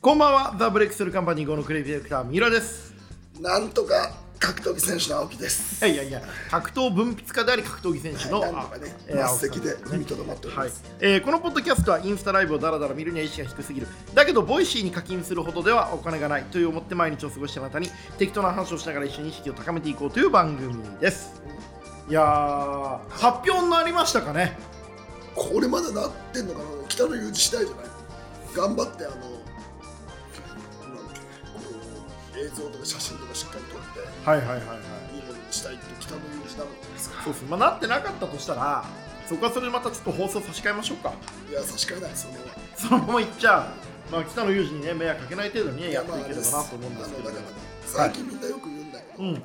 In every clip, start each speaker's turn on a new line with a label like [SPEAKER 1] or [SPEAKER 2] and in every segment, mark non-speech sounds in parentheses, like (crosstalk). [SPEAKER 1] こんばんは、ザ・ブレイクスルーカンパニー号のクリエイティブディレクター、三浦です。
[SPEAKER 2] なんとか格闘技選手の青木です。
[SPEAKER 1] いやいやいや、格闘分泌家であり格闘技選手の、
[SPEAKER 2] はいなんとかね
[SPEAKER 1] あえー
[SPEAKER 2] 末席で
[SPEAKER 1] 青木さんす
[SPEAKER 2] 踏みとどまっております
[SPEAKER 1] はいえーこのポッドキャストはインスタライブをダラダラ見るには意識が低すぎるだけどボイシーに課金するほどではお金がないという思って毎日を過ごしたあなたに適当な話をしながら一緒に意識を高めていこうという番組ですいやー発表になりましたかね
[SPEAKER 2] これまでなってんのかな北の友人次第じゃない頑張ってあのなんだっけこう映像とか写真とかしっかり撮っ
[SPEAKER 1] はいはいはいはい
[SPEAKER 2] ていいものにしたいって北の友人なのですか
[SPEAKER 1] そうですねまあなってなかったとしたらそこはそれでまたちょっと放送差し替えましょうか
[SPEAKER 2] いや差し替えないその
[SPEAKER 1] そのままいっちゃうまあ北野裕二にね迷惑かけない程度にねやっていければなと思うんですけ
[SPEAKER 2] あの
[SPEAKER 1] ど
[SPEAKER 2] だからね最近みんなよく言うんだけど、
[SPEAKER 1] うん
[SPEAKER 2] あの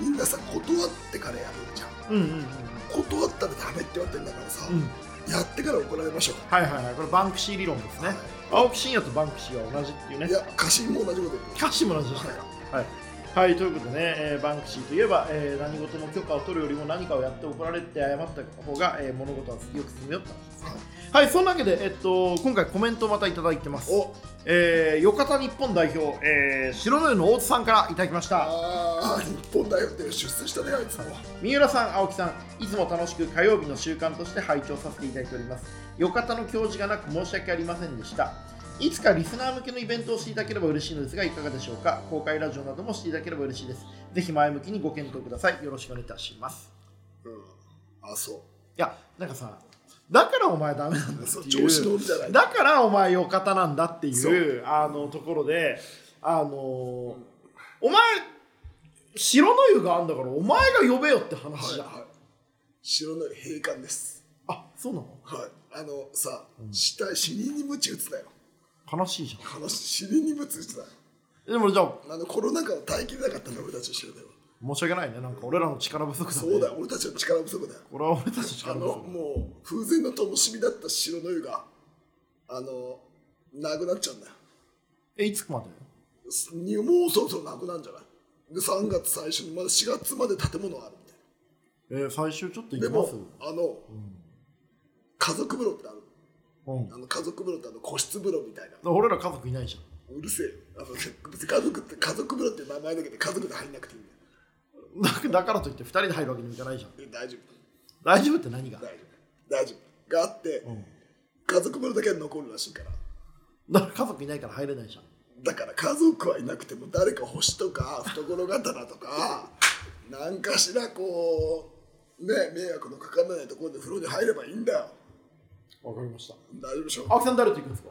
[SPEAKER 2] みんなさ断ってからやるじゃん
[SPEAKER 1] うんうんうん
[SPEAKER 2] 断ったらダメって言われてんだからさ、
[SPEAKER 1] うん
[SPEAKER 2] やってから怒られましょう
[SPEAKER 1] はいはいはいこれバンクシー理論ですね、
[SPEAKER 2] はい
[SPEAKER 1] 青木真也とバンクシーは同じっていうね
[SPEAKER 2] いや家臣も同じこと言って
[SPEAKER 1] 歌詞も同じでしたかはい、はい、ということでね、えーバンクシーといえば、えー何事も許可を取るよりも何かをやって怒られて謝った方が、えー物事はよく進むよって話ですねはいそんなわけで、えっと、今回コメントをまたいただいてます
[SPEAKER 2] お
[SPEAKER 1] えー、よかた日本代表、えー、白の湯の大津さんからいただきました
[SPEAKER 2] ああ、日本代表って出世したね、あいつも。
[SPEAKER 1] 三浦さん、青木さん、いつも楽しく火曜日の習慣として拝聴させていただいております。よかたの教示がなく申し訳ありませんでした。いつかリスナー向けのイベントをしていただければ嬉しいのですが、いかがでしょうか公開ラジオなどもしていただければ嬉しいです。ぜひ前向きにご検討ください。よろしくお願いいたします。
[SPEAKER 2] うん。あ、そ
[SPEAKER 1] いや、なんかさ、だからお前ダメなんだ
[SPEAKER 2] う。
[SPEAKER 1] って
[SPEAKER 2] そう
[SPEAKER 1] い
[SPEAKER 2] 調子乗
[SPEAKER 1] う。
[SPEAKER 2] るじゃない。
[SPEAKER 1] だからお前よかたなんだってい
[SPEAKER 2] そう
[SPEAKER 1] あのところで、あのーお前、白の湯があんだから、お前が呼べよって話じゃん。
[SPEAKER 2] はい。白の閉館です。
[SPEAKER 1] あ、そうなの
[SPEAKER 2] はい。あのさ、死体死人に鞭打つなよ。
[SPEAKER 1] 悲しいじゃ
[SPEAKER 2] 話死人に鞭打つなよ。
[SPEAKER 1] んでもじゃあ
[SPEAKER 2] あのコロナ禍を耐えきれなかったの俺たち白では。
[SPEAKER 1] 申し訳ないねなんか俺らの力不足だ、ね、
[SPEAKER 2] そうだよ、俺たちの力不足だよ。
[SPEAKER 1] これは俺たちの
[SPEAKER 2] あ
[SPEAKER 1] 力
[SPEAKER 2] の
[SPEAKER 1] 不足
[SPEAKER 2] もう風前の灯火だった白の湯があのなくなっちゃうんだよ。
[SPEAKER 1] えいつまで
[SPEAKER 2] にもうそろそろなくなるんじゃないで ?3 月最初にまだ4月まで建物があるみたいな。
[SPEAKER 1] えー、最終ちょっと行
[SPEAKER 2] で
[SPEAKER 1] きま
[SPEAKER 2] も
[SPEAKER 1] す
[SPEAKER 2] あの、家族風呂ってある
[SPEAKER 1] うん
[SPEAKER 2] あの家族風呂ってあの個室風呂みたいな
[SPEAKER 1] 俺ら家族いないじゃ
[SPEAKER 2] うるせえよあの別に家族って家族風呂って名前だけで家族で入んなくていいんだよ
[SPEAKER 1] んだだからといって2人で入るわけにもいかないじゃん
[SPEAKER 2] で大丈
[SPEAKER 1] 大丈夫って何が
[SPEAKER 2] 夫大丈夫大丈夫があって、
[SPEAKER 1] ん
[SPEAKER 2] 家族風呂だけは残るらしいか
[SPEAKER 1] だ
[SPEAKER 2] ら
[SPEAKER 1] から家族いないから入れないじゃん
[SPEAKER 2] だから家族はいなくても誰か星とか懐刀と
[SPEAKER 1] (laughs)
[SPEAKER 2] か何かしらこうね迷惑のかからないところで風呂に入ればいいんだよ
[SPEAKER 1] わかりました
[SPEAKER 2] 大丈夫でしょ
[SPEAKER 1] 青木さん誰と行くんですか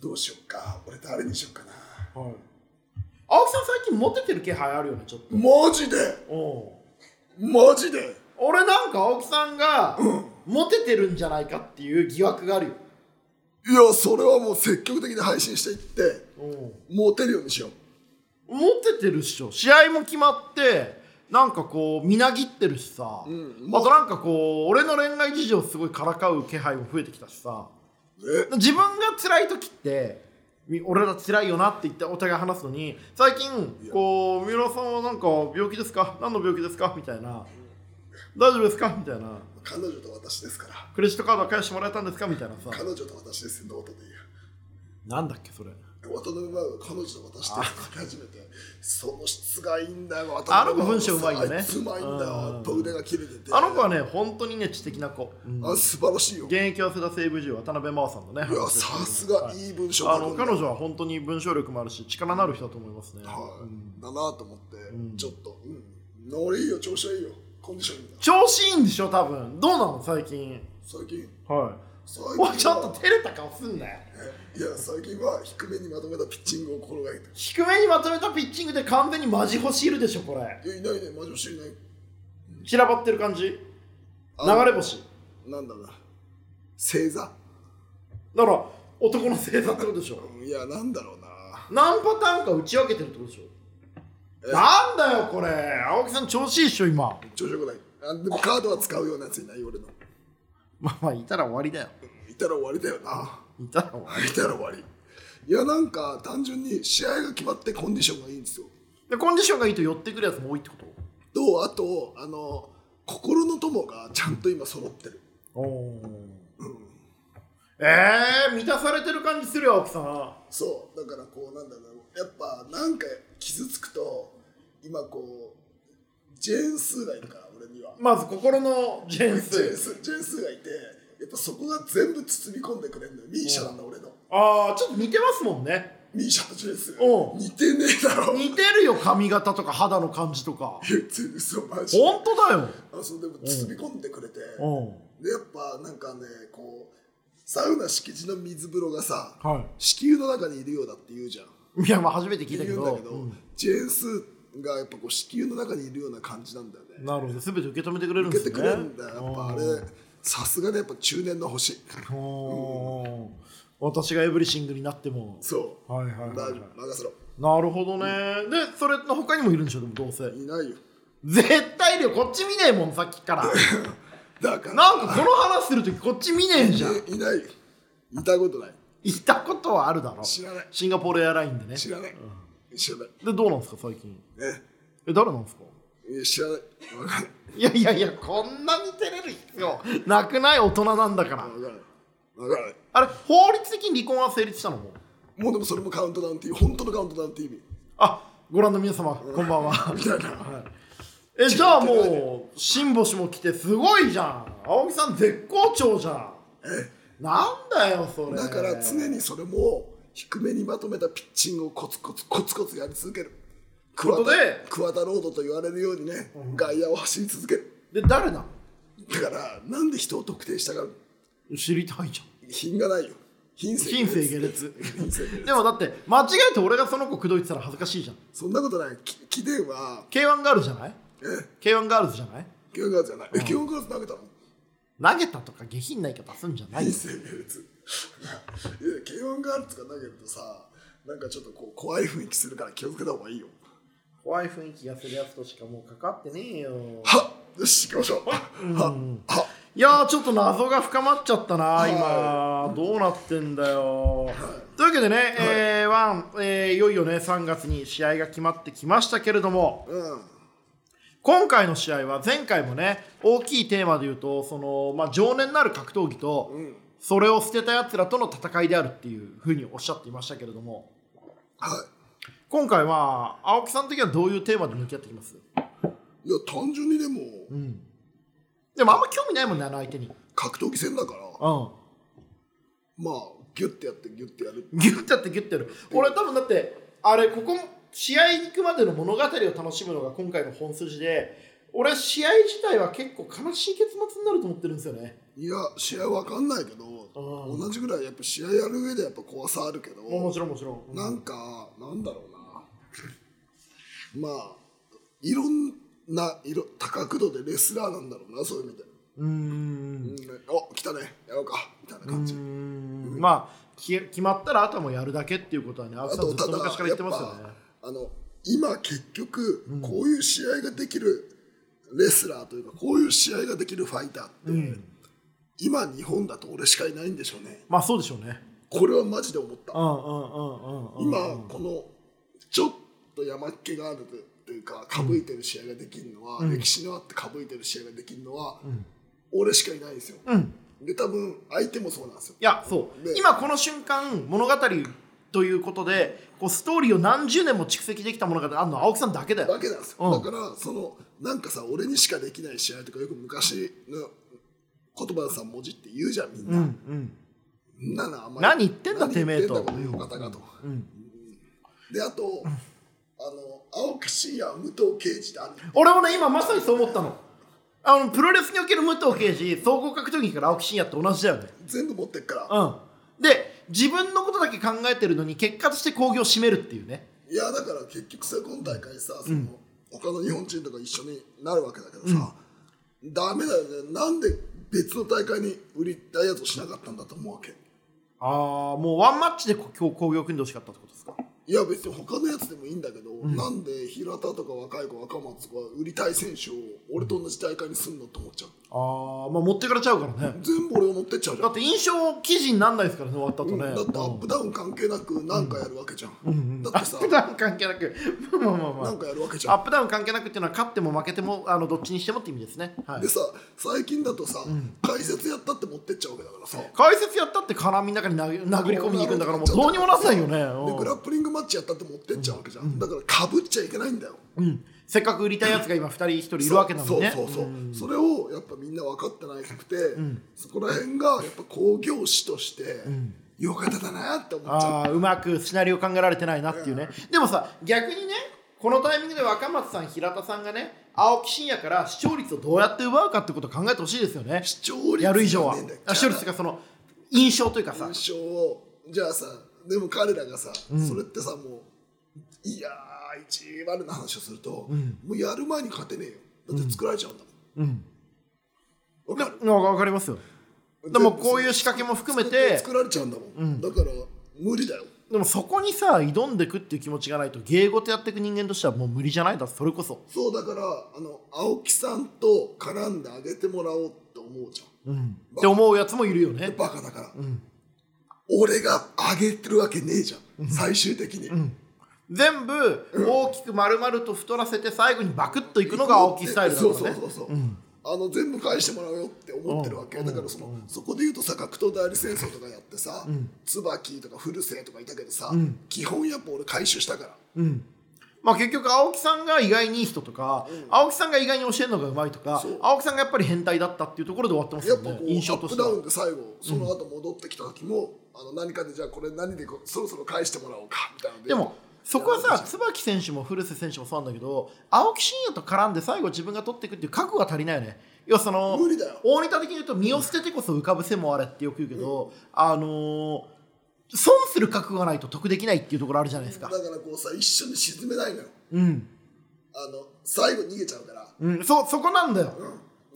[SPEAKER 2] どうしようか俺誰にしようかな
[SPEAKER 1] はい青木さん最近モテてる気配あるよねちょっと
[SPEAKER 2] マジで
[SPEAKER 1] お
[SPEAKER 2] マジで
[SPEAKER 1] 俺なんか青木さんがモテてるんじゃないかっていう疑惑があるよ
[SPEAKER 2] いやそれはもう積極的に配信していって
[SPEAKER 1] うん
[SPEAKER 2] モテるようにしよう
[SPEAKER 1] モテてるっしょ試合も決まってなんかこうみなぎってるしさ、
[SPEAKER 2] ん
[SPEAKER 1] あとなんかこう俺の恋愛事情すごいからかう気配も増えてきたしさ
[SPEAKER 2] え
[SPEAKER 1] 自分が辛い時ってみ俺ら辛いよなって言ってお互い話すのに最近こう三浦さんはなんか病気ですか何の病気ですかみたいな大丈夫ですかみたいな
[SPEAKER 2] 彼女と私ですから
[SPEAKER 1] クレジットカードは返してもらえたんですかみたいなさ
[SPEAKER 2] 彼女と私ですノートで言
[SPEAKER 1] なんだっけそれ
[SPEAKER 2] う渡辺真央が彼女と私って書き始めてその質がいいんだよ
[SPEAKER 1] あの
[SPEAKER 2] 渡辺
[SPEAKER 1] 子文章
[SPEAKER 2] 真
[SPEAKER 1] う
[SPEAKER 2] 央
[SPEAKER 1] まいよね
[SPEAKER 2] あつうまいんだ
[SPEAKER 1] うん
[SPEAKER 2] よやっぱ腕が切れてて
[SPEAKER 1] あの子は
[SPEAKER 2] ね
[SPEAKER 1] ね本当にね知的な子、うん
[SPEAKER 2] あ素晴らしいよい
[SPEAKER 1] 現役早稲田西部中渡辺真央さんのね
[SPEAKER 2] や
[SPEAKER 1] 話ですけど
[SPEAKER 2] さすがいい文章
[SPEAKER 1] あ
[SPEAKER 2] 書く
[SPEAKER 1] の
[SPEAKER 2] んだ
[SPEAKER 1] 彼女は本当に文章力もあるし力のある人だと思いますね、
[SPEAKER 2] は
[SPEAKER 1] うん
[SPEAKER 2] いだなと思ってちょっとうん俺いいよ調子はいいよコンディションいいんだ
[SPEAKER 1] 調子いいんでしょ多分どうなの最近
[SPEAKER 2] 最近
[SPEAKER 1] は
[SPEAKER 2] 最
[SPEAKER 1] い
[SPEAKER 2] 近
[SPEAKER 1] おい
[SPEAKER 2] は
[SPEAKER 1] ちょっと照れた顔すんなよ
[SPEAKER 2] いや最近は低めにまとめたピッチングを心がけて
[SPEAKER 1] 低めにまとめたピッチングで完全にマジ星いるでしょこれ
[SPEAKER 2] いやいないね、マジ星いない。
[SPEAKER 1] 散らばってる感じ流
[SPEAKER 2] あ
[SPEAKER 1] れ星
[SPEAKER 2] なんだろうな。星座
[SPEAKER 1] だから男の星座ってことでしょ
[SPEAKER 2] うんいや、なんだろうな。
[SPEAKER 1] 何パターンか打ち分けてるってことでしょ
[SPEAKER 2] え
[SPEAKER 1] なんだよこれ青木さん調子いいっしょ今
[SPEAKER 2] 朝食ない。あでもカードは使うようなやついない、俺の。
[SPEAKER 1] まあまあいたら終わりだよ
[SPEAKER 2] いたら終わりだよな。 (laughs)
[SPEAKER 1] いたら終わり
[SPEAKER 2] いたら終わり。いや、なんか単純に試合が決まってコンディションがいいんですよ。
[SPEAKER 1] でコンディションがいいと寄ってくるやつも多いってこと
[SPEAKER 2] と、あと、あの、心の友がちゃんと今揃ってる。
[SPEAKER 1] おお、えー、満たされてる感じするよ、青木さん。
[SPEAKER 2] そうだからこうなんだろうやっぱなんか傷つくと今こうジェーン・スーがいるから俺には
[SPEAKER 1] まず心のジェン
[SPEAKER 2] ジェーン
[SPEAKER 1] ス。
[SPEAKER 2] スージェーン・スーがいてやっぱそこが全部包み込んでくれるのよミーシャなんだ俺の
[SPEAKER 1] ああ、ちょっと似てますもんね。
[SPEAKER 2] ミーシャとジェーンス
[SPEAKER 1] お
[SPEAKER 2] ー
[SPEAKER 1] う
[SPEAKER 2] 似てねえだろいや
[SPEAKER 1] 似てるよ、髪型とか肌の感じとか。
[SPEAKER 2] 全然嘘マジで
[SPEAKER 1] 本当だよ。
[SPEAKER 2] あそうでも包み込んでくれて
[SPEAKER 1] う
[SPEAKER 2] でやっぱなんかねこうサウナ敷地の水風呂がさ
[SPEAKER 1] ん。は
[SPEAKER 2] 子宮の中にいるようだって言うじゃん
[SPEAKER 1] い。いや、まあ、初めて聞いたけ
[SPEAKER 2] 言うん
[SPEAKER 1] ど。
[SPEAKER 2] だけど、
[SPEAKER 1] うん
[SPEAKER 2] ジェーン・スーがやっぱこう子宮の中にいるような感じなんだよね
[SPEAKER 1] なるほど、すべて受け止めてくれるんで
[SPEAKER 2] 受
[SPEAKER 1] す
[SPEAKER 2] け
[SPEAKER 1] ね。
[SPEAKER 2] てくれるんだよやっぱあれさすがねやっぱ中年の星
[SPEAKER 1] うんうん私がエブリシングになっても。
[SPEAKER 2] そ、
[SPEAKER 1] はいはいうはい
[SPEAKER 2] だ
[SPEAKER 1] はい。
[SPEAKER 2] 任せろ
[SPEAKER 1] なるほどね。で、それの他にもいるんでしょ、でもどうせ。
[SPEAKER 2] いないよ
[SPEAKER 1] 絶対量、こっち見ねえもん、さっきから。
[SPEAKER 2] だから
[SPEAKER 1] なんかこの話するとき、こっち見ねえじゃん。
[SPEAKER 2] いいないよいたことない
[SPEAKER 1] いたことはあるだろ。
[SPEAKER 2] 知らない
[SPEAKER 1] シンガポールエアラインでね。
[SPEAKER 2] 知らない、知らない
[SPEAKER 1] で、どうなんですか、最近。
[SPEAKER 2] ね
[SPEAKER 1] え、誰なんですか
[SPEAKER 2] いや知らない分かんない
[SPEAKER 1] いやいやいや、こんなに照れる必要なくない大人なんだから。
[SPEAKER 2] 分かんない分かんない
[SPEAKER 1] あれ、法律的に離婚は成立したのもう
[SPEAKER 2] もうでもそれもカウントダウンっていう本当のカウントダウンって意味
[SPEAKER 1] あ、ご覧の皆様、こんばんは
[SPEAKER 2] み。たいな
[SPEAKER 1] え、じゃあもう、新星も来てすごいじゃん。青木さん絶好調じゃん。なんだよ、それ。
[SPEAKER 2] だから常にそれも低めにまとめたピッチングをコツコツコツコツやり続ける
[SPEAKER 1] ということで
[SPEAKER 2] 桑田ロードと言われるようにね、外野を走り続ける
[SPEAKER 1] で、誰な
[SPEAKER 2] だからなんで人を特定したがる
[SPEAKER 1] の知りたいじゃん。
[SPEAKER 2] 品がないよ品性
[SPEAKER 1] 品性下劣。
[SPEAKER 2] (laughs) 品性下劣
[SPEAKER 1] でもだって、間違えて俺がその子口説いてたら恥ずかしいじゃん。
[SPEAKER 2] そんなことないき貴殿は
[SPEAKER 1] K1 ガールズじゃない
[SPEAKER 2] え
[SPEAKER 1] ?K1 ガールズじゃない
[SPEAKER 2] キョンガーズじゃないえキョンガーズ投げたの
[SPEAKER 1] 投げたとか下品な言い方すんじゃない
[SPEAKER 2] 品
[SPEAKER 1] よ
[SPEAKER 2] 性下劣いや K1 ガールズが投げるとさなんかちょっとこう怖い雰囲気するから気をつけた方がいいよ
[SPEAKER 1] 怖い雰囲気がするやつとしかもうかかってねえよ
[SPEAKER 2] はっよし行きましょうはっはっ
[SPEAKER 1] いやーちょっと謎が深まっちゃったな、
[SPEAKER 2] い
[SPEAKER 1] 今どうなってんだよ、というわけでね、えーワン、えーいよいよね3月に試合が決まってきましたけれども
[SPEAKER 2] うん
[SPEAKER 1] 今回の試合は前回もね大きいテーマで言うとその、まあ、情念のある格闘技と、それを捨てたやつらとの戦いであるっていうふうにおっしゃっていましたけれども
[SPEAKER 2] はい
[SPEAKER 1] 今回は青木さん的にはどういうテーマで向き合ってきます
[SPEAKER 2] いや単純にでも、
[SPEAKER 1] でもあんま興味ないもんねあの相手に
[SPEAKER 2] 格闘技戦だから
[SPEAKER 1] うん
[SPEAKER 2] まあギュッてやってギュッてやる
[SPEAKER 1] ギュッてやってギュッてやる俺多分だってあれここ試合に行くまでの物語を楽しむのが今回の本筋で俺試合自体は結構悲しい結末になると思ってるんですよね
[SPEAKER 2] いや試合わかんないけど
[SPEAKER 1] うん
[SPEAKER 2] 同じぐらいやっぱ試合やる上でやっぱ怖さあるけど
[SPEAKER 1] もちろんもちろん、うん
[SPEAKER 2] なんかなんだろうなまあいろんないろ多角度でレスラーなんだろうなそういう意味で、
[SPEAKER 1] うーん
[SPEAKER 2] うん、お来たねやろうかみたいな感じ
[SPEAKER 1] まあき決まったらあとはもうやるだけっていうことはね青木
[SPEAKER 2] あ
[SPEAKER 1] さんず
[SPEAKER 2] と
[SPEAKER 1] ったと
[SPEAKER 2] だ
[SPEAKER 1] 昔から
[SPEAKER 2] や
[SPEAKER 1] 言っ
[SPEAKER 2] っ
[SPEAKER 1] ま
[SPEAKER 2] て
[SPEAKER 1] すよね
[SPEAKER 2] ぱあの今結局こういう試合ができるレスラーというかこういう試合ができるファイターって、今日本だと俺しかいないんでしょうね
[SPEAKER 1] まあそうでしょうね
[SPEAKER 2] これはマジで思った
[SPEAKER 1] うんうんうんうんうん
[SPEAKER 2] 今このちょっと山っ気があるというかかぶいてる試合ができるのは、歴史のあってかぶいてる試合ができるのは、俺しかいないんですよ、
[SPEAKER 1] ん
[SPEAKER 2] で多分相手もそうなんですよ
[SPEAKER 1] いやそう
[SPEAKER 2] ね
[SPEAKER 1] 今この瞬間物語ということでこうストーリーを何十年も蓄積できたものがあるのは青木さんだけだよ
[SPEAKER 2] だけなんですよ、
[SPEAKER 1] うん
[SPEAKER 2] だからそのなんかさ俺にしかできない試合とかよく昔の言葉でさ文字って言うじゃんみんな、
[SPEAKER 1] うん
[SPEAKER 2] んなのあんまり
[SPEAKER 1] 何言ってんだてめえと
[SPEAKER 2] 何言ってんだこの方がと、
[SPEAKER 1] うんうん
[SPEAKER 2] であとあの青木真也武藤敬司ってある
[SPEAKER 1] 俺もね今まさにそう思ったのあのプロレスにおける武藤敬司総合格闘技から青木真也って同じだよね
[SPEAKER 2] 全部持ってっから、
[SPEAKER 1] うんで自分のことだけ考えてるのに結果として興行を占めるっていうね
[SPEAKER 2] いやだから結局さ今大会さその、他の日本人とか一緒になるわけだけどさ、ダメだよねなんで別の大会に売りたいやつをしなかったんだと思うわけ
[SPEAKER 1] ああもうワンマッチでこ今日興行を組んでほしかったってことですか
[SPEAKER 2] いや別に他のやつでもいいんだけど、なんで平田とか若い子若松とか売りたい選手を俺と同じ大会にすんのと思っちゃう
[SPEAKER 1] ああまあ持ってかれちゃうからね
[SPEAKER 2] 全部俺を持ってっちゃうじゃ
[SPEAKER 1] だ
[SPEAKER 2] ん
[SPEAKER 1] って印象記事になんないですからね終わった後ね、
[SPEAKER 2] だってアップダウン関係なく何かやるわけじゃん、
[SPEAKER 1] うんうんうん (laughs)
[SPEAKER 2] だ
[SPEAKER 1] ア
[SPEAKER 2] ってさ
[SPEAKER 1] ップダウン関係なく、まあまあまあま
[SPEAKER 2] なんかやるわけじ
[SPEAKER 1] あ、
[SPEAKER 2] ゃ
[SPEAKER 1] アップダウン関係なくっていうのは、勝っても負けても、あのどっちにしてもって意味ですね。は
[SPEAKER 2] ん
[SPEAKER 1] い
[SPEAKER 2] で、さ最近だとさ、解説やったって持ってっちゃうわけだからさ
[SPEAKER 1] 解説やったって、絡みの中に殴殴り込みに行くんだから、もうどうにもならないよね。
[SPEAKER 2] でグ
[SPEAKER 1] う
[SPEAKER 2] ラ
[SPEAKER 1] ん
[SPEAKER 2] ップリングマッチやったって持ってっちゃうわけじゃん、だからかぶっちゃいけないんだよ
[SPEAKER 1] うん、せっかく売りたいやつが今、2人、1人いるわけなので、ね。
[SPEAKER 2] そうそうそう、それをやっぱみんな分かってないくて、そこら辺がやっぱ興行師として、よかっただなって思っちゃう
[SPEAKER 1] あーうまくシナリオ考えられてないなっていうね、でもさ逆にねこのタイミングで若松さん平田さんがね青木真也から視聴率をどうやって奪うかってことを考えてほしいですよね
[SPEAKER 2] 視聴率
[SPEAKER 1] やる以上は
[SPEAKER 2] がねだから
[SPEAKER 1] あ視聴率がその印象というかさ
[SPEAKER 2] 印象をじゃあさでも彼らがさ、それってさもういやー一丸の話をすると、もうやる前に勝てねえよだって作られちゃうんだもん、うかる
[SPEAKER 1] うんわかりますよでもこういう仕掛けも含めて
[SPEAKER 2] 作られちゃうんだもん、だから無理だよ
[SPEAKER 1] でもそこにさ挑んでくっていう気持ちがないと芸事やっていく人間としてはもう無理じゃないだってそれこそ
[SPEAKER 2] そうだからあの青木さんと絡んであげてもらおうって思うじゃん、
[SPEAKER 1] って思うやつもいるよね
[SPEAKER 2] バカだから、俺があげてるわけねえじゃん、最終的に、
[SPEAKER 1] 全部大きく丸々と太らせて最後にバクッといくのが青木スタイルだからね
[SPEAKER 2] そうそうそうそう、あの全部返してもらうよって思ってるわけ、だからその、そこで言うとさ格闘代理戦争とかやってさ、椿とか古瀬とかいたけどさ、基本やっぱ俺回収したから
[SPEAKER 1] まあ、結局青木さんが意外にいい人とか、青木さんが意外に教えるのがうまいとか
[SPEAKER 2] そう
[SPEAKER 1] 青木さんがやっぱり変態だったっていうところで終わってます
[SPEAKER 2] や
[SPEAKER 1] よ
[SPEAKER 2] っぱこ
[SPEAKER 1] ね
[SPEAKER 2] う、
[SPEAKER 1] 印象
[SPEAKER 2] ア
[SPEAKER 1] と
[SPEAKER 2] ップ
[SPEAKER 1] して
[SPEAKER 2] ダ
[SPEAKER 1] は
[SPEAKER 2] ウンで最後その後戻ってきた時も、あの何かでじゃあこれ何でこそろそろ返してもらおうかみたいなの
[SPEAKER 1] でもそこはさ椿選手も古瀬選手もそうなんだけど青木真也と絡んで最後自分が取っていくっていう覚悟が足りないよね要はその
[SPEAKER 2] 無理だよ
[SPEAKER 1] 大ネタ的に言うと身を捨ててこそ浮かぶ背もあれってよく言うけど、あのー損する覚悟がないと得できないっていうところあるじゃないです
[SPEAKER 2] だ
[SPEAKER 1] か
[SPEAKER 2] か、らこうさ一緒に沈めないのよ
[SPEAKER 1] うん
[SPEAKER 2] あの最後逃げちゃうから
[SPEAKER 1] うん、そそこなんだよ、
[SPEAKER 2] だか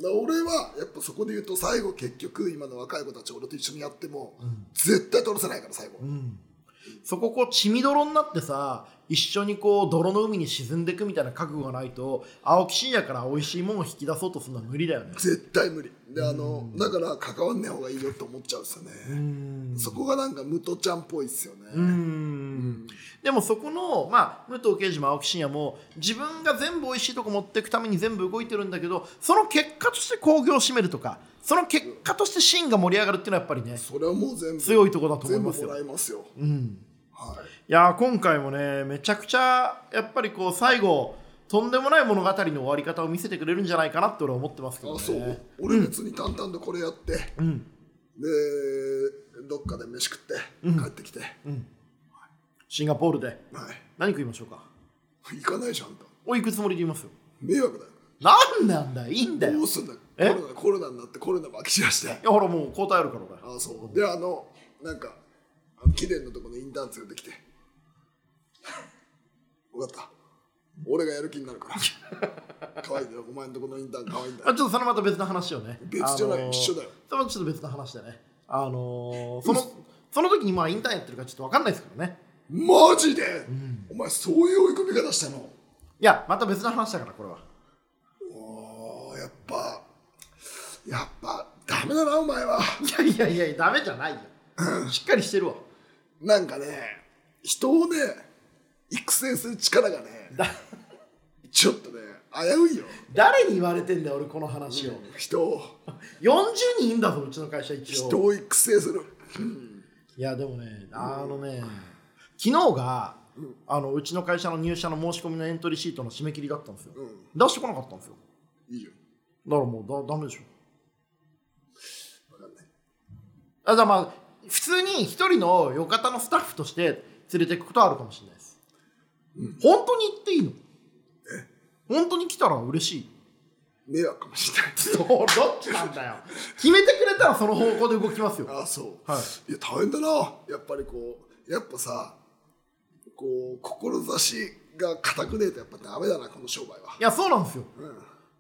[SPEAKER 2] ら俺はやっぱそこで言うと最後結局今の若い子たち俺と一緒にやっても、絶対取らせないから最後、
[SPEAKER 1] そここう血みどろになってさ一緒にこう泥の海に沈んでいくみたいな覚悟がないと青木真也から美味しいものを引き出そうとするのは無理だよね
[SPEAKER 2] 絶対無理であの、だから関わんない方がいいよって思っちゃうんですよね、そこがなんかムトちゃんっぽいっすよね、
[SPEAKER 1] うんでもそこの、まあ、武藤刑事も青木真也も自分が全部美味しいとこ持っていくために全部動いてるんだけどその結果として興行を占めるとかその結果としてシーンが盛り上がるっていうのはやっぱりね
[SPEAKER 2] それはもう全部
[SPEAKER 1] 強いとこだと思い
[SPEAKER 2] 全部
[SPEAKER 1] ます
[SPEAKER 2] も
[SPEAKER 1] よ
[SPEAKER 2] ら。いますよ、はい
[SPEAKER 1] いやー今回もねめちゃくちゃやっぱりこう最後とんでもない物語の終わり方を見せてくれるんじゃないかなって俺は思ってますけど、ね、
[SPEAKER 2] あそう俺別に淡々とこれやって、でどっかで飯食って帰ってきて、
[SPEAKER 1] シンガポールで
[SPEAKER 2] はい
[SPEAKER 1] 何食いましょうか
[SPEAKER 2] 行かないじゃんと
[SPEAKER 1] おいくつもりで言いますよ
[SPEAKER 2] 迷惑だよ
[SPEAKER 1] なんなんだよいいんだよ
[SPEAKER 2] どう
[SPEAKER 1] い
[SPEAKER 2] すんだよ
[SPEAKER 1] え
[SPEAKER 2] コロナコロナになってコロナ巻き散らして
[SPEAKER 1] やほらもう交代あるから俺
[SPEAKER 2] あそうであのなんかあの綺麗なとこのインターン連れてきて (laughs) 分かった俺がやる気になる
[SPEAKER 1] (laughs)
[SPEAKER 2] から可愛いんだよお前のとこのインターン可愛いんだ
[SPEAKER 1] あ
[SPEAKER 2] よ
[SPEAKER 1] ちょっとそれまた別の話をね
[SPEAKER 2] 別じゃない一緒だよ
[SPEAKER 1] それもちょっと別の話でねあのーそのその時にまあインターンやってるかちょっと分かんないですからね
[SPEAKER 2] マジで、お前そういう追い込み方したの
[SPEAKER 1] いやまた別の話だからこれは
[SPEAKER 2] おーやっぱやっぱダメだなお前はい
[SPEAKER 1] やいやいやダメじゃ
[SPEAKER 2] (laughs)
[SPEAKER 1] ないよしっかりしてるわ
[SPEAKER 2] なんかね人をね育成する力がねちょっとね危ういよ
[SPEAKER 1] 誰に言われてんだよ俺この話を、
[SPEAKER 2] 人を
[SPEAKER 1] 40人いんだぞうちの会社一
[SPEAKER 2] 人
[SPEAKER 1] 応
[SPEAKER 2] を育成する
[SPEAKER 1] いやでもねあのね昨日があのうちの会社の入社の申し込みのエントリーシートの締め切りだったんですよ、出してこなかったんですよ
[SPEAKER 2] いいよ
[SPEAKER 1] だからもうだダメでしょ
[SPEAKER 2] 分かんない
[SPEAKER 1] あじゃあまあ普通に一人のよかたのスタッフとして連れていくことはあるかもしれないです、本当に行っていいの本当に来たら嬉しい
[SPEAKER 2] 迷惑かもしれない
[SPEAKER 1] (laughs) そうどっちなんだよ決めてくれたらその方向で動きますよ
[SPEAKER 2] ああそう、、
[SPEAKER 1] はい
[SPEAKER 2] や大変だなやっぱりこうやっぱさこう志が固くねえとやっぱダメだなこの商売はい
[SPEAKER 1] やそうなんですよ、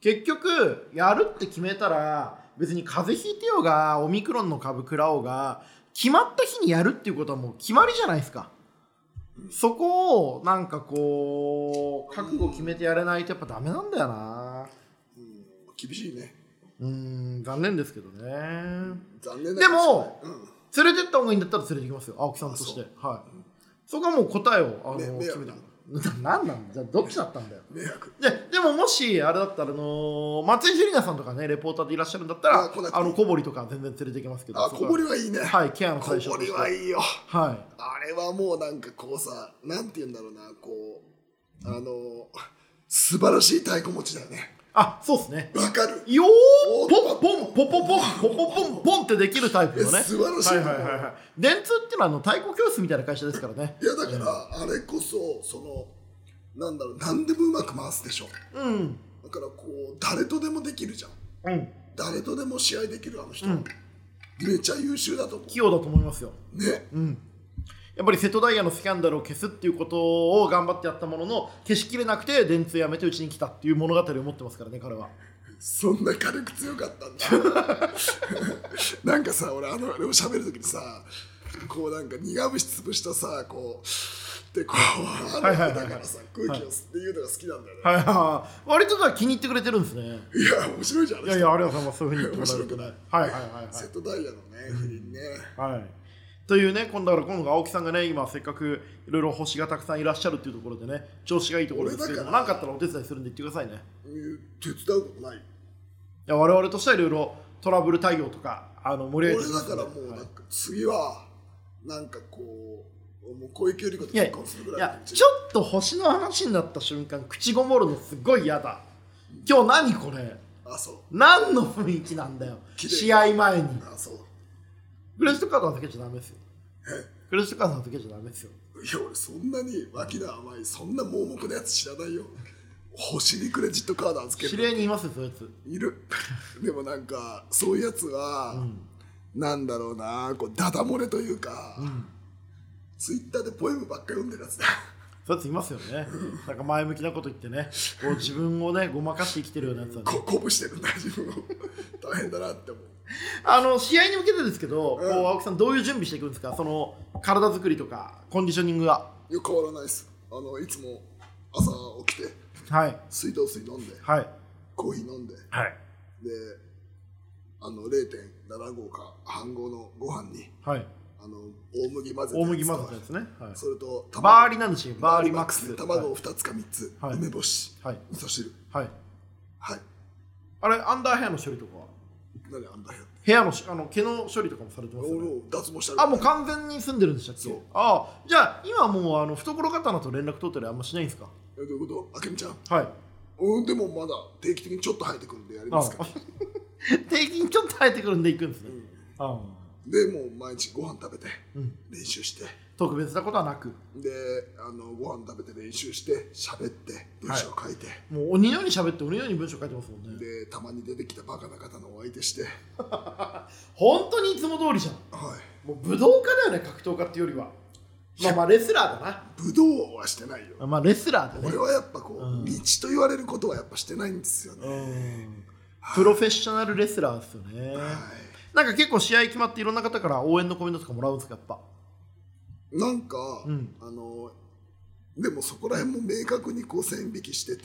[SPEAKER 1] 結局やるって決めたら別に風邪ひいてようがオミクロンの株食らおうが決まった日にやるっていうことはもう決まりじゃないですか、そこをなんかこう覚悟決めてやれないとやっぱダメなんだよな
[SPEAKER 2] 厳しいね
[SPEAKER 1] うーん残念ですけどね、
[SPEAKER 2] 残念な
[SPEAKER 1] で
[SPEAKER 2] がら
[SPEAKER 1] も、連れてった方がいいんだったら連れてきますよ青木さんとしてはいそこはもう答えをあの
[SPEAKER 2] ね迷
[SPEAKER 1] 決
[SPEAKER 2] 惑
[SPEAKER 1] めたの何なんじゃあどっちだったんだよ
[SPEAKER 2] 迷惑
[SPEAKER 1] ででももしあれだったらあのー松井玲奈さんとかねレポーターでいらっしゃるんだった
[SPEAKER 2] あ
[SPEAKER 1] ら
[SPEAKER 2] 来なくて
[SPEAKER 1] あの小堀とか全然連れてきますけど
[SPEAKER 2] あ
[SPEAKER 1] そ
[SPEAKER 2] 小
[SPEAKER 1] は
[SPEAKER 2] 堀はいいね、
[SPEAKER 1] はいケアの
[SPEAKER 2] 小
[SPEAKER 1] 最初と
[SPEAKER 2] 堀
[SPEAKER 1] して
[SPEAKER 2] はいいよ
[SPEAKER 1] は
[SPEAKER 2] あれはもうなんかこうさなんて言うんだろうなこうあの素晴らしい太鼓持ちだよね
[SPEAKER 1] いあそうですね
[SPEAKER 2] わかる
[SPEAKER 1] よ
[SPEAKER 2] お
[SPEAKER 1] ー
[SPEAKER 2] ー
[SPEAKER 1] ポンポンポポポンポポポンポンってできるタイプのね
[SPEAKER 2] え素晴らしい
[SPEAKER 1] はいはいはいはい電通っていうのはあの太鼓教室みたいな会社ですからね
[SPEAKER 2] いやだからあれこそそのなんだろう何でもうまく回すでしょ
[SPEAKER 1] うん
[SPEAKER 2] だからこう誰とでもできるじゃん
[SPEAKER 1] うん
[SPEAKER 2] 誰とでも試合できるあの人、
[SPEAKER 1] うん
[SPEAKER 2] めちゃ優秀だと思
[SPEAKER 1] 器用だと思いますよ
[SPEAKER 2] うね
[SPEAKER 1] うんやっぱり瀬戸大也のスキャンダルを消すっていうことを頑張ってやったものの消しきれなくて電通やめてうちに来たっていう物語を持ってますからね彼は
[SPEAKER 2] そんな軽く強かったんだ (laughs) なんかさ俺あのあれを喋る時にさこうなんか苦節潰したさこうでこうあの
[SPEAKER 1] はいはいはいはい
[SPEAKER 2] だからさ空気を吸って言うのが好きなんだよね、
[SPEAKER 1] はいはい割とだから気に入ってくれてるんですね
[SPEAKER 2] い、や面白いじゃん
[SPEAKER 1] いやいやありがとうございますそういうふうに言っても
[SPEAKER 2] 面
[SPEAKER 1] ら
[SPEAKER 2] 白
[SPEAKER 1] える
[SPEAKER 2] くない
[SPEAKER 1] はいはいはいはい
[SPEAKER 2] 瀬戸大也のね不倫ね
[SPEAKER 1] はい、というね、今度だから今度青木さんがね、今せっかくいろいろ星がたくさんいらっしゃるっていうところでね、調子がいいところですけれども、
[SPEAKER 2] 俺
[SPEAKER 1] 何
[SPEAKER 2] だか
[SPEAKER 1] からあったらお手伝いするんで言ってくださいね。
[SPEAKER 2] うん手伝うことない
[SPEAKER 1] いや我々としてはいろいろトラブル対応とか、あの盛り上
[SPEAKER 2] 俺
[SPEAKER 1] げて
[SPEAKER 2] だからもうなんか次はなんかこうもう小池百合子と結婚するぐ
[SPEAKER 1] い
[SPEAKER 2] らいの
[SPEAKER 1] や、
[SPEAKER 2] 気持ち
[SPEAKER 1] ちょっと星の話になった瞬間、口ごもるのすごい嫌だ。今日何これ
[SPEAKER 2] あそう
[SPEAKER 1] 何の雰囲気なんだよ
[SPEAKER 2] 綺麗
[SPEAKER 1] 試合前に。
[SPEAKER 2] あそう
[SPEAKER 1] クレジットカード預けちゃダメですよ。クレジットカード預けちゃダメですよ。
[SPEAKER 2] いや俺そんなに脇の甘いそんな盲目なやつ知らないよ星にクレジットカード預け
[SPEAKER 1] 知
[SPEAKER 2] る
[SPEAKER 1] り合いにいますよ、そういうやつ。
[SPEAKER 2] いる (laughs) でもなんかそういうやつは、なんだろうなこうダダ漏れというか、ツイッターでポエムばっか読んでるやつ (laughs) だ
[SPEAKER 1] そういうやついますよ (laughs) ね。なんか前向きなこと言ってね、こう自分をね、ごまかして生きてるようなやつは (laughs) ね。
[SPEAKER 2] こ鼓舞してるんだ自分を (laughs) 大変だなって思う
[SPEAKER 1] あの、試合に向けてですけど、こう
[SPEAKER 2] うん
[SPEAKER 1] 青木さん、どういう準備していくんですかその、体作りとか、コンディショニングは。
[SPEAKER 2] いや変わらないですあのいつも朝起きて
[SPEAKER 1] はい。
[SPEAKER 2] 水道水飲んで
[SPEAKER 1] はい。
[SPEAKER 2] コーヒー飲んでで
[SPEAKER 1] はい。
[SPEAKER 2] あの0.75か半合のご飯に
[SPEAKER 1] はい。
[SPEAKER 2] あの大麦混ぜた
[SPEAKER 1] 大
[SPEAKER 2] やつ
[SPEAKER 1] 麦混ぜたやつね。はい。
[SPEAKER 2] それと卵
[SPEAKER 1] バーリなんでしょバーリマック
[SPEAKER 2] ね
[SPEAKER 1] ス。
[SPEAKER 2] 卵を2つか3つ、
[SPEAKER 1] はい
[SPEAKER 2] 梅干し、
[SPEAKER 1] はい。
[SPEAKER 2] 味噌汁
[SPEAKER 1] はい。
[SPEAKER 2] はい
[SPEAKER 1] あれ、アンダーヘアの処理とかは
[SPEAKER 2] 何あんだよ
[SPEAKER 1] ヘアのし、あの、毛の処理とかもされてますよ
[SPEAKER 2] 俺
[SPEAKER 1] ね。
[SPEAKER 2] を脱毛したら
[SPEAKER 1] あ、もう完全に住んでるんでしたっけ
[SPEAKER 2] そう
[SPEAKER 1] ああ、じゃあ、今もう、あの、懐刀と連絡取ったりあんましないんですか
[SPEAKER 2] えどういうことあけみちゃん
[SPEAKER 1] はい。
[SPEAKER 2] うんでもまだ定期的にちょっと生えてくるんでや
[SPEAKER 1] (laughs)
[SPEAKER 2] りますから
[SPEAKER 1] 定期にちょっと生えてくるんで行くんですね、あ
[SPEAKER 2] でもう毎日ご飯食べて
[SPEAKER 1] うん
[SPEAKER 2] 練習して
[SPEAKER 1] 特別なことはなく
[SPEAKER 2] であのご飯食べて練習して喋って文章書いて、
[SPEAKER 1] もう鬼のように喋って鬼のように文章書いてますもんね
[SPEAKER 2] でたまに出てきたバカな方のお相手して
[SPEAKER 1] 本当にいつも通りじゃん
[SPEAKER 2] はい
[SPEAKER 1] もう武道家だよね格闘家っていうよりはまあまあレスラーだ
[SPEAKER 2] 武道はしてないよ
[SPEAKER 1] なまあレスラーだね
[SPEAKER 2] 俺はやっぱこう、
[SPEAKER 1] うん
[SPEAKER 2] 道と言われることはやっぱしてないんですよね、
[SPEAKER 1] うんプロフェッショナルレスラーですよね
[SPEAKER 2] はい
[SPEAKER 1] なんか結構試合決まっていろんな方から応援のコメントとかもらうんですかやっぱ
[SPEAKER 2] なんか、
[SPEAKER 1] うん
[SPEAKER 2] あのでもそこら辺も明確にこう線引きしてて、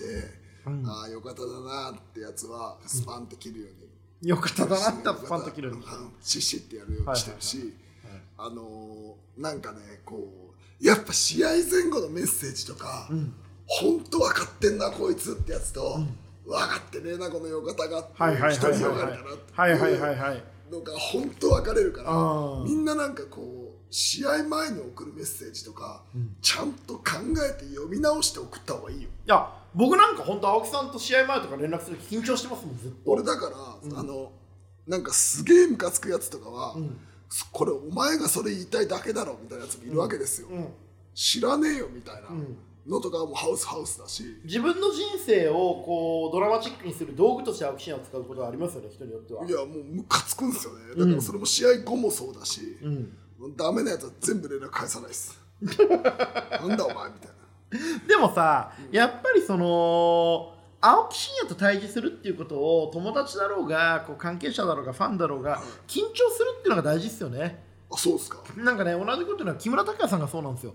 [SPEAKER 1] うん
[SPEAKER 2] ああよかっただなってやつはスパンって切るように、
[SPEAKER 1] よかっただなってパンと切る
[SPEAKER 2] うんシッシッってやるようにしてるし、あのなんかねこうやっぱ試合前後のメッセージとか、
[SPEAKER 1] ん
[SPEAKER 2] 本当分かってんなこいつってやつと、分かってねえなこのよかたがって
[SPEAKER 1] はいはいはい
[SPEAKER 2] 一
[SPEAKER 1] はい
[SPEAKER 2] 人よがりだ
[SPEAKER 1] はい
[SPEAKER 2] なっ
[SPEAKER 1] は
[SPEAKER 2] て
[SPEAKER 1] い
[SPEAKER 2] い
[SPEAKER 1] はいうはい
[SPEAKER 2] のが本当分かれるから。
[SPEAKER 1] あ
[SPEAKER 2] みんななんかこう試合前に送るメッセージとか、ちゃんと考えて読み直して送った方がいいよ
[SPEAKER 1] いや僕なんか本当青木さんと試合前とか連絡するとき緊張してますもんずっと
[SPEAKER 2] 俺だから、あのなんかすげえムカつくやつとかは、これお前がそれ言いたいだけだろみたいなやつもいるわけですよ、
[SPEAKER 1] うん
[SPEAKER 2] 知らねえよみたいなんのとかはもうハウスハウスだし、
[SPEAKER 1] 自分の人生をこうドラマチックにする道具として青木真也を使うことはありますよね人によってはい
[SPEAKER 2] やもうムカつくんですよねだからそれも試合後もそうだし、
[SPEAKER 1] うん、
[SPEAKER 2] ダメなやつは全部連絡返さないです
[SPEAKER 1] (laughs)
[SPEAKER 2] なんだお前みたいな
[SPEAKER 1] でもさ、やっぱりその青木真也と対峙するっていうことを友達だろうがこう関係者だろうがファンだろうが緊張するっていうのが大事ですよね
[SPEAKER 2] あそうっすか
[SPEAKER 1] なんかね同じことのは木村拓哉さんがそうなんですよ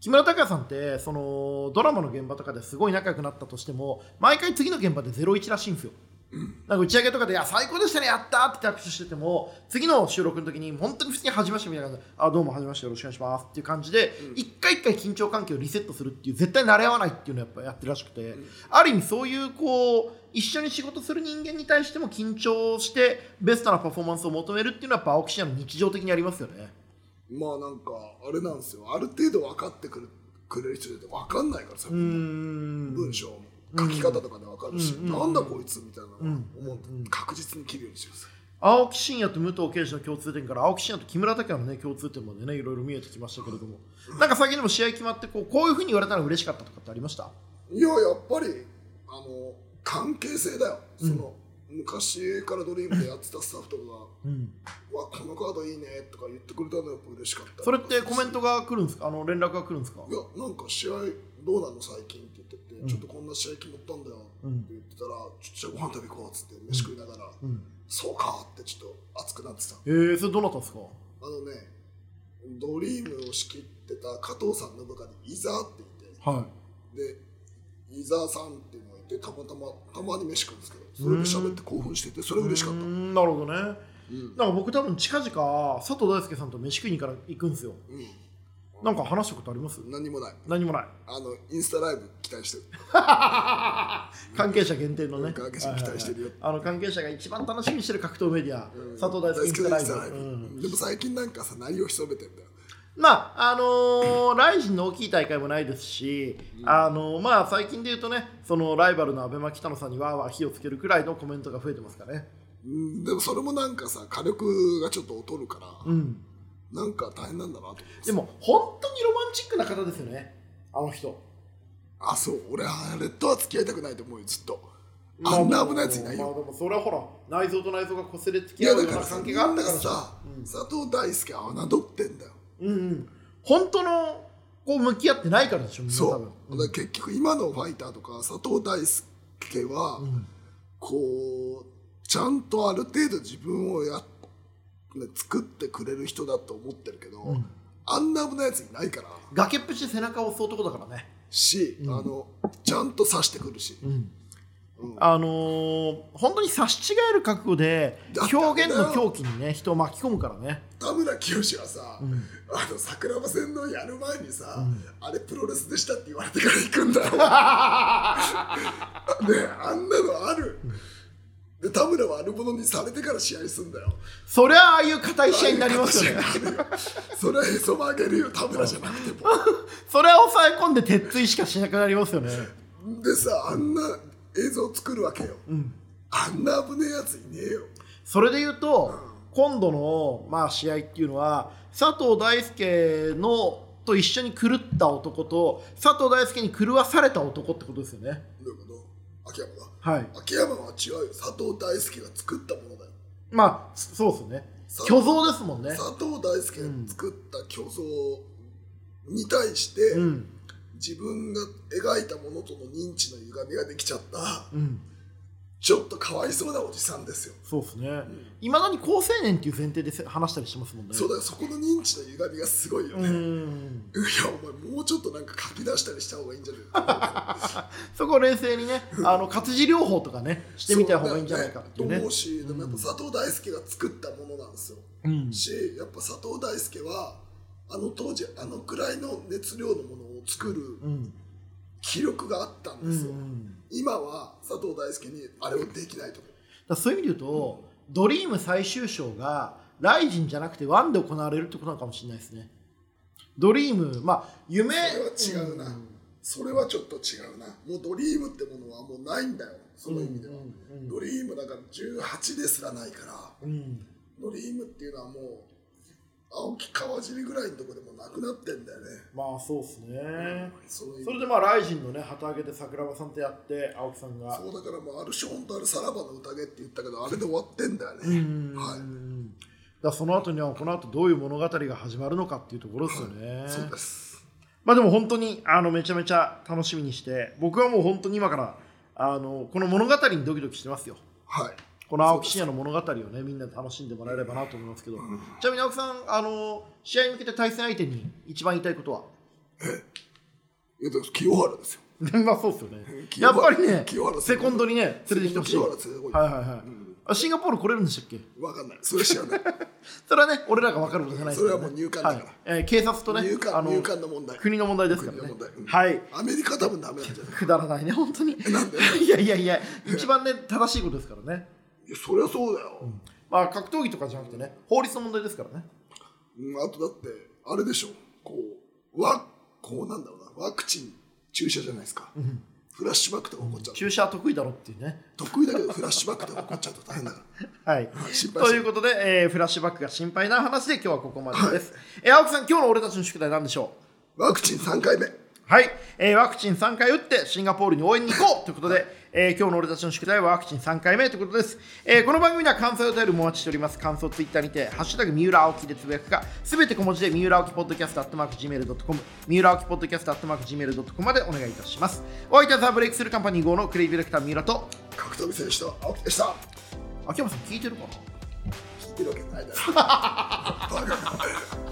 [SPEAKER 1] 木村拓哉さんってそのドラマの現場とかですごい仲良くなったとしても毎回次の現場で01らしいんですよなんか打ち上げとかで、いや、最高でしたね、やったーって握手してても、次の収録の時に、本当に普通に始めましてみたいな感じで、あ、どうも、始めまして、よろしくお願いしますっていう感じで、
[SPEAKER 2] うん
[SPEAKER 1] 一回一回緊張関係をリセットするっていう、絶対慣れ合わないっていうのをやっぱやってるらしくて、
[SPEAKER 2] ん
[SPEAKER 1] ある意味そういう、こう、一緒に仕事する人間に対しても緊張して、ベストなパフォーマンスを求めるっていうのは、やっぱ青木シアの日常的にありますよね。
[SPEAKER 2] まあなんかあれなんですよある程度分かってくるくれる人で分かんないからさ、
[SPEAKER 1] うーん。
[SPEAKER 2] 文章も書き方とかで分かるし、
[SPEAKER 1] うん
[SPEAKER 2] なんだこいつみたいなのは
[SPEAKER 1] うん
[SPEAKER 2] 思うんだ、
[SPEAKER 1] うん
[SPEAKER 2] 確実に切るようにしてください
[SPEAKER 1] 青木真也と武藤敬司の共通点から青木真也と木村拓哉の、ね、共通点までねいろいろ見えてきましたけれどもなんか最近でも試合決まってこうこういうふうに言われたら嬉しかったとかってありました
[SPEAKER 2] いややっぱりあの関係性だよ、
[SPEAKER 1] うん
[SPEAKER 2] その昔からドリームでやってたスタッフとかが
[SPEAKER 1] うん
[SPEAKER 2] 「うわこのカードいいね」とか言ってくれたのやっぱ嬉しかった
[SPEAKER 1] それってコメントが来るんですかあの連絡が来るんですか
[SPEAKER 2] いやなんか試合どうなの最近って言ってて、
[SPEAKER 1] ん
[SPEAKER 2] ちょっとこんな試合決まったんだよ
[SPEAKER 1] う
[SPEAKER 2] っ
[SPEAKER 1] ん
[SPEAKER 2] て言ってたら「ちょっとじゃあご飯食べ行こう」っつって飯食いながら「
[SPEAKER 1] うん
[SPEAKER 2] そうか」ってちょっと熱くなってた
[SPEAKER 1] えー、それどなたですか
[SPEAKER 2] あのねドリームを仕切ってた加藤さんの部下に伊沢っていて
[SPEAKER 1] はい
[SPEAKER 2] で伊沢さんっていうのがいてたまたまたまに飯食うんですけどそれで喋って興奮しててそれ嬉しかった、
[SPEAKER 1] うー
[SPEAKER 2] うん
[SPEAKER 1] んなるほどねなん
[SPEAKER 2] うん
[SPEAKER 1] か僕多分近々佐藤大輔さんと飯食いにから行くんですよなんか話したことあります
[SPEAKER 2] 何もない
[SPEAKER 1] 何もない
[SPEAKER 2] あのインスタライブ期待してる
[SPEAKER 1] 関係者限定のね
[SPEAKER 2] 関係者期待してるよ
[SPEAKER 1] はいはいはいあの関係者が一番楽しみにしてる格闘メディア、
[SPEAKER 2] うん
[SPEAKER 1] 佐藤大輔インスタライブ
[SPEAKER 2] 大好きなインスタライブ
[SPEAKER 1] うん
[SPEAKER 2] でも最近なんかさ何を潜めてんだよ
[SPEAKER 1] まああのーライジンの大きい大会もないですし、あのーまあ、最近で言うとねそのライバルのアベマ北野さんにわーわー火をつけるくらいのコメントが増えてますからね。
[SPEAKER 2] うんでもそれもなんかさ火力がちょっと劣るから、
[SPEAKER 1] うん、
[SPEAKER 2] なんか大変なんだなと思います
[SPEAKER 1] でも本当にロマンチックな方ですよね、あの人。
[SPEAKER 2] あそう俺あれとは付き合いたくないと思うよずっとあんな危ないやついないよ、
[SPEAKER 1] まあ、でもそれはほら内臓と内臓が擦れつ
[SPEAKER 2] い
[SPEAKER 1] き合
[SPEAKER 2] や
[SPEAKER 1] うよう
[SPEAKER 2] だか
[SPEAKER 1] な
[SPEAKER 2] らさ
[SPEAKER 1] 関係があったからさ。
[SPEAKER 2] さ、佐藤大輔は侮ってんだよ、
[SPEAKER 1] うんうん、本当のこう向き合ってないからでしょ、みんな
[SPEAKER 2] そ
[SPEAKER 1] 多
[SPEAKER 2] う
[SPEAKER 1] 分。、
[SPEAKER 2] だから結局今のファイターとか佐藤大輔は、
[SPEAKER 1] ん
[SPEAKER 2] こうちゃんとある程度自分をやっね作ってくれる人だと思ってるけど、
[SPEAKER 1] ん
[SPEAKER 2] あんな危ないやついないから
[SPEAKER 1] 崖っぷちで背中を押す男だからね。
[SPEAKER 2] し、
[SPEAKER 1] うん
[SPEAKER 2] あのちゃんと刺してくるし、
[SPEAKER 1] うん
[SPEAKER 2] うん
[SPEAKER 1] あのー本当に差し違える覚悟で
[SPEAKER 2] だって
[SPEAKER 1] 表現の狂気にね人を巻き込むからね、
[SPEAKER 2] 田村清はさ、
[SPEAKER 1] ん
[SPEAKER 2] あの桜庭戦のやる前にさ、あれプロレスでしたって言われてから行く
[SPEAKER 1] (laughs)
[SPEAKER 2] んだよねえあんなのある、で田村はあるものにされてから試合すんだよ
[SPEAKER 1] そりゃああいう硬い試合になりますよね
[SPEAKER 2] ああいう形になるよ (laughs) それはへそ曲げるよ田村じゃなくても
[SPEAKER 1] (laughs) それは抑え込んで鉄槌しかしなくなりますよね
[SPEAKER 2] でさあんな映像作るわけよ、
[SPEAKER 1] ん
[SPEAKER 2] あんな危ねえやついねえよ
[SPEAKER 1] それで言うと今度の、まあ、試合っていうのは佐藤大輔のと一緒に狂った男と佐藤大輔に狂わされた男ってことですよね
[SPEAKER 2] どういうこと秋山が
[SPEAKER 1] はい
[SPEAKER 2] 秋山は違うよ佐藤大輔が作ったものだよ
[SPEAKER 1] まあそうですよね
[SPEAKER 2] そう
[SPEAKER 1] 虚像ですもんね
[SPEAKER 2] 佐藤大輔が作った虚像に対して、
[SPEAKER 1] うん
[SPEAKER 2] 自分が描いたものとの認知の歪みができちゃった
[SPEAKER 1] うん
[SPEAKER 2] ちょっとかわいそうなおじさんですよ、
[SPEAKER 1] そうですねいまだに高青年っていう前提で話したりしてますもんね
[SPEAKER 2] そうだよそこの認知の歪みがすごいよ
[SPEAKER 1] う
[SPEAKER 2] ね、いや
[SPEAKER 1] ん
[SPEAKER 2] お前もうちょっとなんか書き出したりした方がいいんじゃな
[SPEAKER 1] (laughs)
[SPEAKER 2] い
[SPEAKER 1] そこを冷静にね、あの活字療法とかね、してみた方がいいんじゃないかって
[SPEAKER 2] と
[SPEAKER 1] いうね
[SPEAKER 2] 思う。しでもやっぱ佐藤大輔が作ったものなんですよ、
[SPEAKER 1] うん、
[SPEAKER 2] しやっぱ佐藤大輔はあの当時あのくらいの熱量のものを作
[SPEAKER 1] う
[SPEAKER 2] る
[SPEAKER 1] ん、
[SPEAKER 2] 気力があったん
[SPEAKER 1] う
[SPEAKER 2] ですよ、
[SPEAKER 1] ん、だか
[SPEAKER 2] 今は佐藤大輔にあれをできないと思う
[SPEAKER 1] らそういう意味で言うと、ドリーム最終章がライジンじゃなくてワンで行われるってことなのかもしれないですね。ドリーム、まあ夢、
[SPEAKER 2] それは違うな、それはちょっと違うなもうドリームってものはもうないんだよその意味では、
[SPEAKER 1] うんうんうん
[SPEAKER 2] ドリームだから18ですらないから
[SPEAKER 1] うん、
[SPEAKER 2] ドリームっていうのはもう青木川尻ぐらいのとこでもなくなってんだよね、
[SPEAKER 1] まあそうですね。
[SPEAKER 2] その意味
[SPEAKER 1] それでまあライジンのね旗揚げで桜庭さんとやって青木さんが
[SPEAKER 2] そ、うだからもうあるショーンとあるさらばの宴って言ったけどあれで終わってんだよね、
[SPEAKER 1] うん、
[SPEAKER 2] は
[SPEAKER 1] だか
[SPEAKER 2] い
[SPEAKER 1] らその後にはこの後どういう物語が始まるのかっていうところですよね。
[SPEAKER 2] そうです
[SPEAKER 1] まあでも本当にあのめちゃめちゃ楽しみにして僕はもう本当に今からあのこの物語にドキドキしてますよ
[SPEAKER 2] はい
[SPEAKER 1] この青木真也の物語をねみんなで楽しんでもらえればなと思いますけど、ちなみに青木さんあの試合に向けて対戦相手に一番言いたいことは
[SPEAKER 2] えっ清原ですよ
[SPEAKER 1] (laughs) まあそうっすよねやっぱりね
[SPEAKER 2] 清原
[SPEAKER 1] セコンドにね連れてきてほしい
[SPEAKER 2] 清
[SPEAKER 1] は
[SPEAKER 2] 原すごい
[SPEAKER 1] いはいはい、あシンガポール来れるんでしたっけ
[SPEAKER 2] 分かんないそれ知らない
[SPEAKER 1] それはね俺らが分かることじゃないですからね
[SPEAKER 2] それはもう入管だから
[SPEAKER 1] はいえー警察とね
[SPEAKER 2] 入管
[SPEAKER 1] あの
[SPEAKER 2] 入管の問題
[SPEAKER 1] 国の問題ですからね
[SPEAKER 2] 国の問題うん
[SPEAKER 1] はい
[SPEAKER 2] アメリカ多分ダメなんじゃない
[SPEAKER 1] くだらないね本当に
[SPEAKER 2] なんで
[SPEAKER 1] いやいやいや一番ね正しいことですからね
[SPEAKER 2] いやそりゃそうだよ、
[SPEAKER 1] まあ格闘技とかじゃなくてね法律の問題ですからね
[SPEAKER 2] うん、あとだってあれでしょこうワこうなんだろうなワクチン注射じゃないですか、フラッシュバックとか起こっちゃう、
[SPEAKER 1] 注射は得意だろっていうね
[SPEAKER 2] 得意だけどフラッシュバックとか起こっちゃうと大変だから
[SPEAKER 1] はい
[SPEAKER 2] 心配
[SPEAKER 1] ということで、えーフラッシュバックが心配な話で今日はここまでです、えー青木さん今日の俺たちの宿題なんでしょう
[SPEAKER 2] ワクチン3回目
[SPEAKER 1] はい、えーワクチン3回打ってシンガポールに応援に行こうということで、えー今日の俺たちの宿題はワクチン3回目ということです、えーこの番組では感想をお便りもお待ちしております感想をツイッターにて「ハッシュタグ三浦青木」でつぶやくかすべて小文字で三浦青木ポッドキャストアットマーク Gmail.com 三浦青木ポッドキャストアットマーク Gmail.com までお願いいたしますお相手はザ・ブレイクスルーカンパニー号のクレイディレクター三浦と
[SPEAKER 2] 格闘技選手と青木でした
[SPEAKER 1] 秋山さん聞いてるかな
[SPEAKER 2] 聞いてるわけないだろバカ